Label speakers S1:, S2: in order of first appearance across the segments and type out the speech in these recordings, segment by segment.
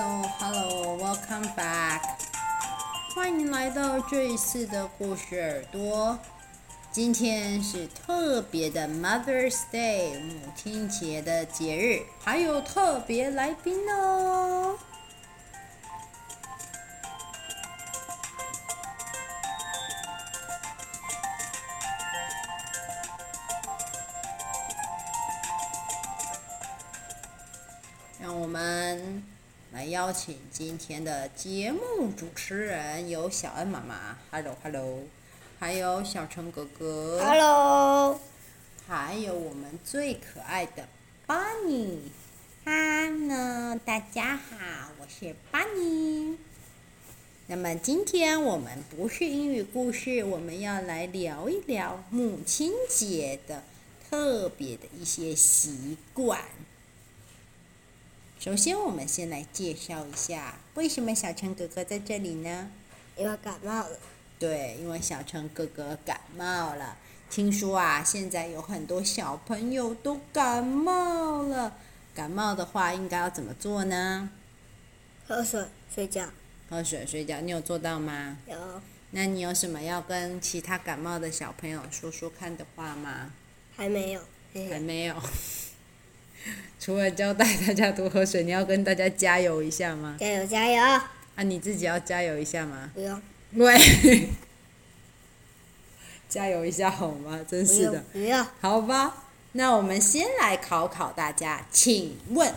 S1: Hello, welcome back！欢迎来到这一次的故事耳朵。今天是特别的 Mother's Day 母亲节的节日，还有特别来宾哦。让我们来邀请今天的节目主持人，有小恩妈妈，Hello Hello，还有小陈哥哥
S2: Hello，
S1: 还有我们最可爱的 Bunny。Hello，大家好，我是 Bunny。那么今天我们不是英语故事，我们要来聊一聊母亲节的特别的一些习惯。首先，我们先来介绍一下为什么小陈哥哥在这里呢？
S2: 因为感冒了，
S1: 对，因为小陈哥哥感冒了。听说啊，现在有很多小朋友都感冒了。感冒的话，应该要怎么做呢？
S2: 喝水、睡觉，
S1: 喝水、睡觉，你有做到吗？
S2: 有
S1: 那你有什么要跟其他感冒的小朋友说说看的话吗？
S2: 还没有？嘿
S1: 还
S2: 嘿
S1: 没有。 除了交代大家多喝水，你要跟大家加油一下吗？
S2: 加油加油！
S1: 啊，你自己要加油一下吗？
S2: 不用，
S1: 喂， 加油一下好吗？真
S2: 不
S1: 是的
S2: 用，。不用。
S1: 好吧，那我们先来考考大家，请问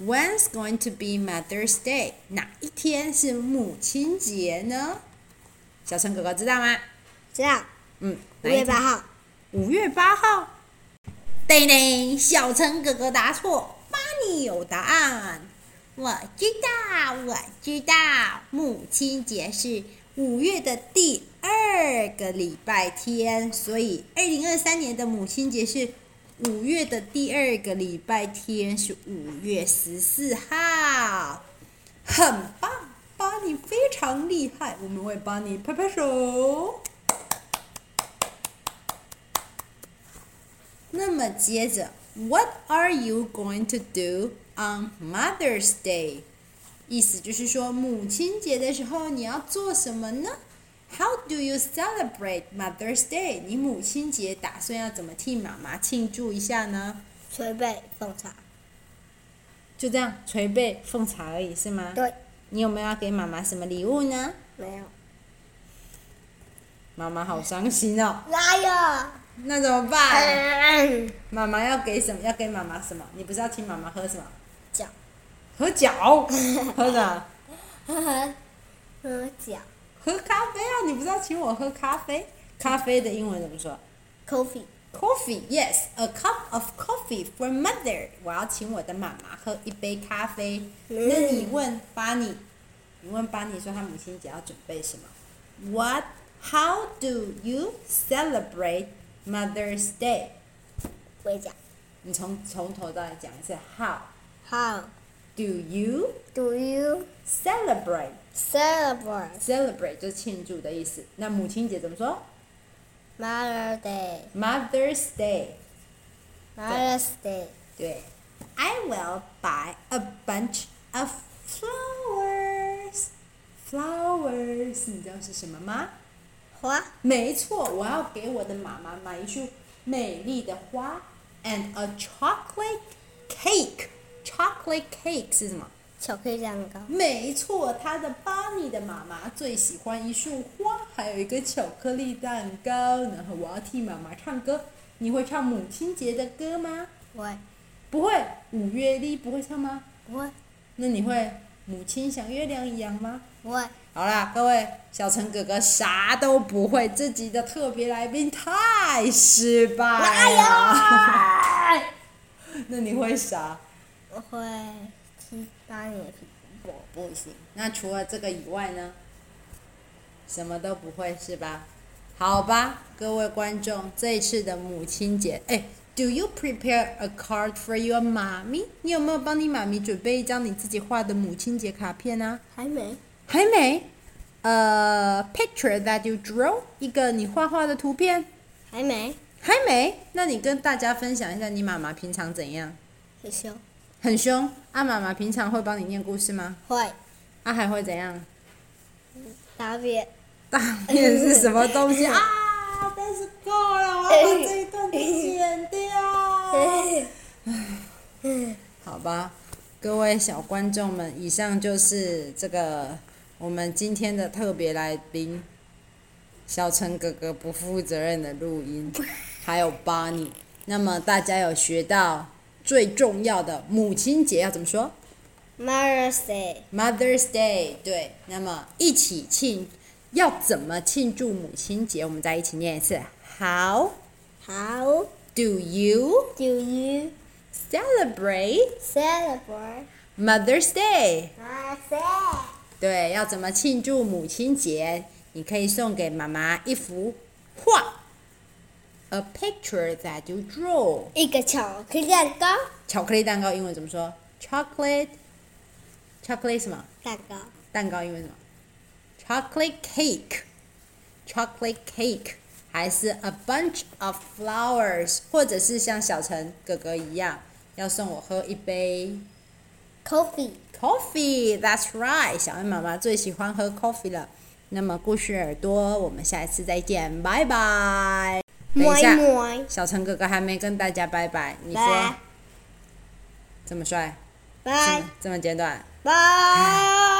S1: ，When's going to be Mother's Day？哪一天是母亲节呢？小陈哥哥知道吗？
S2: 这样，
S1: 嗯，
S2: 五
S1: 哪一
S2: 月
S1: 天
S2: 八号，
S1: 五月八号。叮叮，小陈哥哥答错，巴尼有答案。我知道，我知道，母亲节是五月的第二个礼拜天，所以二零二三年的母亲节是五月的第二个礼拜天，是五月十四号。很棒，巴尼非常厉害，我们为巴尼拍拍手。那么接着，What are you going to do on Mother's Day？意思就是说，母亲节的时候你要做什么呢？How do you celebrate Mother's Day？你母亲节打算要怎么替妈妈庆祝一下呢？
S2: 捶背奉茶。
S1: 就这样捶背奉茶而已，是吗？
S2: 对，
S1: 你有没有要给妈妈什么礼物呢？
S2: 没有。
S1: 妈妈好伤心哦，
S2: 哪有？
S1: 那怎么办？
S2: 嗯
S1: 妈妈要给什么？要给妈妈什么？你不是要请妈妈喝什么？
S2: 脚，
S1: 喝酒，喝什么？
S2: 呵呵，喝脚
S1: 喝咖啡啊！你不是要请我喝咖啡？咖啡的英文怎么说
S2: ，coffee，
S1: ？Coffee, yes, a cup of coffee for mother。我要请我的妈妈喝一杯咖啡。
S2: 嗯
S1: 那你问巴尼，你问巴尼说他母亲节要准备什么？What? How do you celebrate Mother's Day？
S2: 围脚。
S1: 你从从头到尾讲一次。How
S2: How
S1: do you
S2: do you
S1: celebrate？
S2: celebrate
S1: celebrate 就是庆祝的意思。那母亲节怎么说
S2: Mother's Day?
S1: ？Mother's Day。
S2: Mother's Day，
S1: 对，I will buy a bunch of flowers. Flowers，你知道是什么吗？
S2: 花
S1: 没错，我要给我的妈妈买一束美丽的花，and a chocolate cake. Chocolate cake 是什么？
S2: 巧克力蛋糕，
S1: 没错，他的巴尼的妈妈最喜欢一束花，还有一个巧克力蛋糕。然后我要替妈妈唱歌，你会唱母亲节的歌吗？
S2: 喂
S1: 不会，五月里不会唱吗？
S2: 喂
S1: 那你会母亲像月亮一样吗？
S2: 喂，
S1: 好啦，各位，小陈哥哥啥都不会，这集的特别来宾太失败了。
S2: 哎呀！
S1: 那你会啥？
S2: 我会踢巴你的屁股。
S1: 我不行。那除了这个以外呢？什么都不会是吧？好吧，各位观众，这一次的母亲节，哎，Do you prepare a card for your mommy？你有没有帮你妈咪准备一张你自己画的母亲节卡片呢、
S2: 还没。
S1: 还没。呃、p i c t u r e that you draw，一个你画画的图片，
S2: 还没。
S1: 还没。那你跟大家分享一下你妈妈平常怎样？
S2: 退休。
S1: 很凶。啊，妈妈平常会帮你念故事吗？
S2: 会
S1: 啊，还会怎样？
S2: 答辩。
S1: 大便是什么东西啊？但是够了，我要把这一段剪掉。好吧，各位小观众们，以上就是这个我们今天的特别来宾小陈哥哥不负责任的录音，还有巴尼。那么大家有学到最重要的母亲节要怎么说？
S2: Mother's Day，
S1: Mother's Day，对，那么一起庆，要怎么庆祝母亲节？我们再一起念一次。How
S2: 好
S1: do you
S2: do you
S1: celebrate
S2: celebrate
S1: Mother's Day？
S2: Mother's Day？
S1: 对，要怎么庆祝母亲节？你可以送给妈妈一幅画，a picture that you draw。
S2: 一个巧克力蛋糕，
S1: 巧克力蛋糕英文怎么说？chocolate，chocolate 什么？
S2: 蛋糕
S1: 蛋糕英文什么？Chocolate cake, chocolate cake，还是 a bunch of flowers，或者是像小陈哥哥一样，要送我喝一杯
S2: ，coffee，
S1: coffee。That's right，小恩妈妈最喜欢喝 coffee 了。那么故事耳朵，我们下一次再见，拜拜。等一
S2: 摸一
S1: 下，
S2: 摸，
S1: 小陈哥哥还没跟大家拜拜，你说
S2: 拜
S1: 这么帅，这
S2: 拜
S1: 么这么简短。
S2: 拜。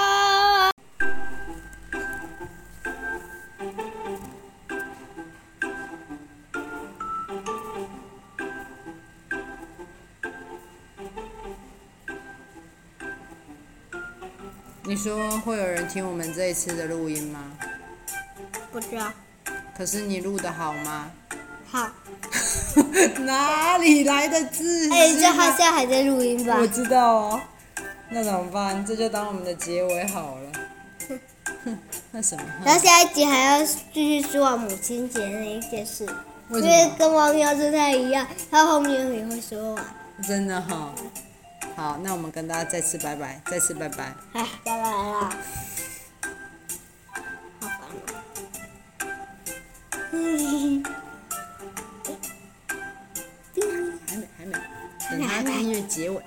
S1: 你说会有人听我们这一次的录音吗？
S2: 不知道，
S1: 可是你录的好吗？
S2: 好，
S1: 哪里来的自信、啊？
S2: 哎、这他现在还在录音吧
S1: 我？知道哦。那怎么办？这就当我们的结尾好了。 哼，那什么？
S2: 然后下一集还要继续说母亲节那一件事，
S1: 为
S2: 因
S1: 什
S2: 为
S1: 么？
S2: 跟王喵侦探一样，他后面也会说完。
S1: 真的哈、好，那我们跟大家再次拜拜，再次拜拜。
S2: 哎，拜拜啦，好烦 哦。嗯 eh,
S1: 还没，还没，等他音乐结尾。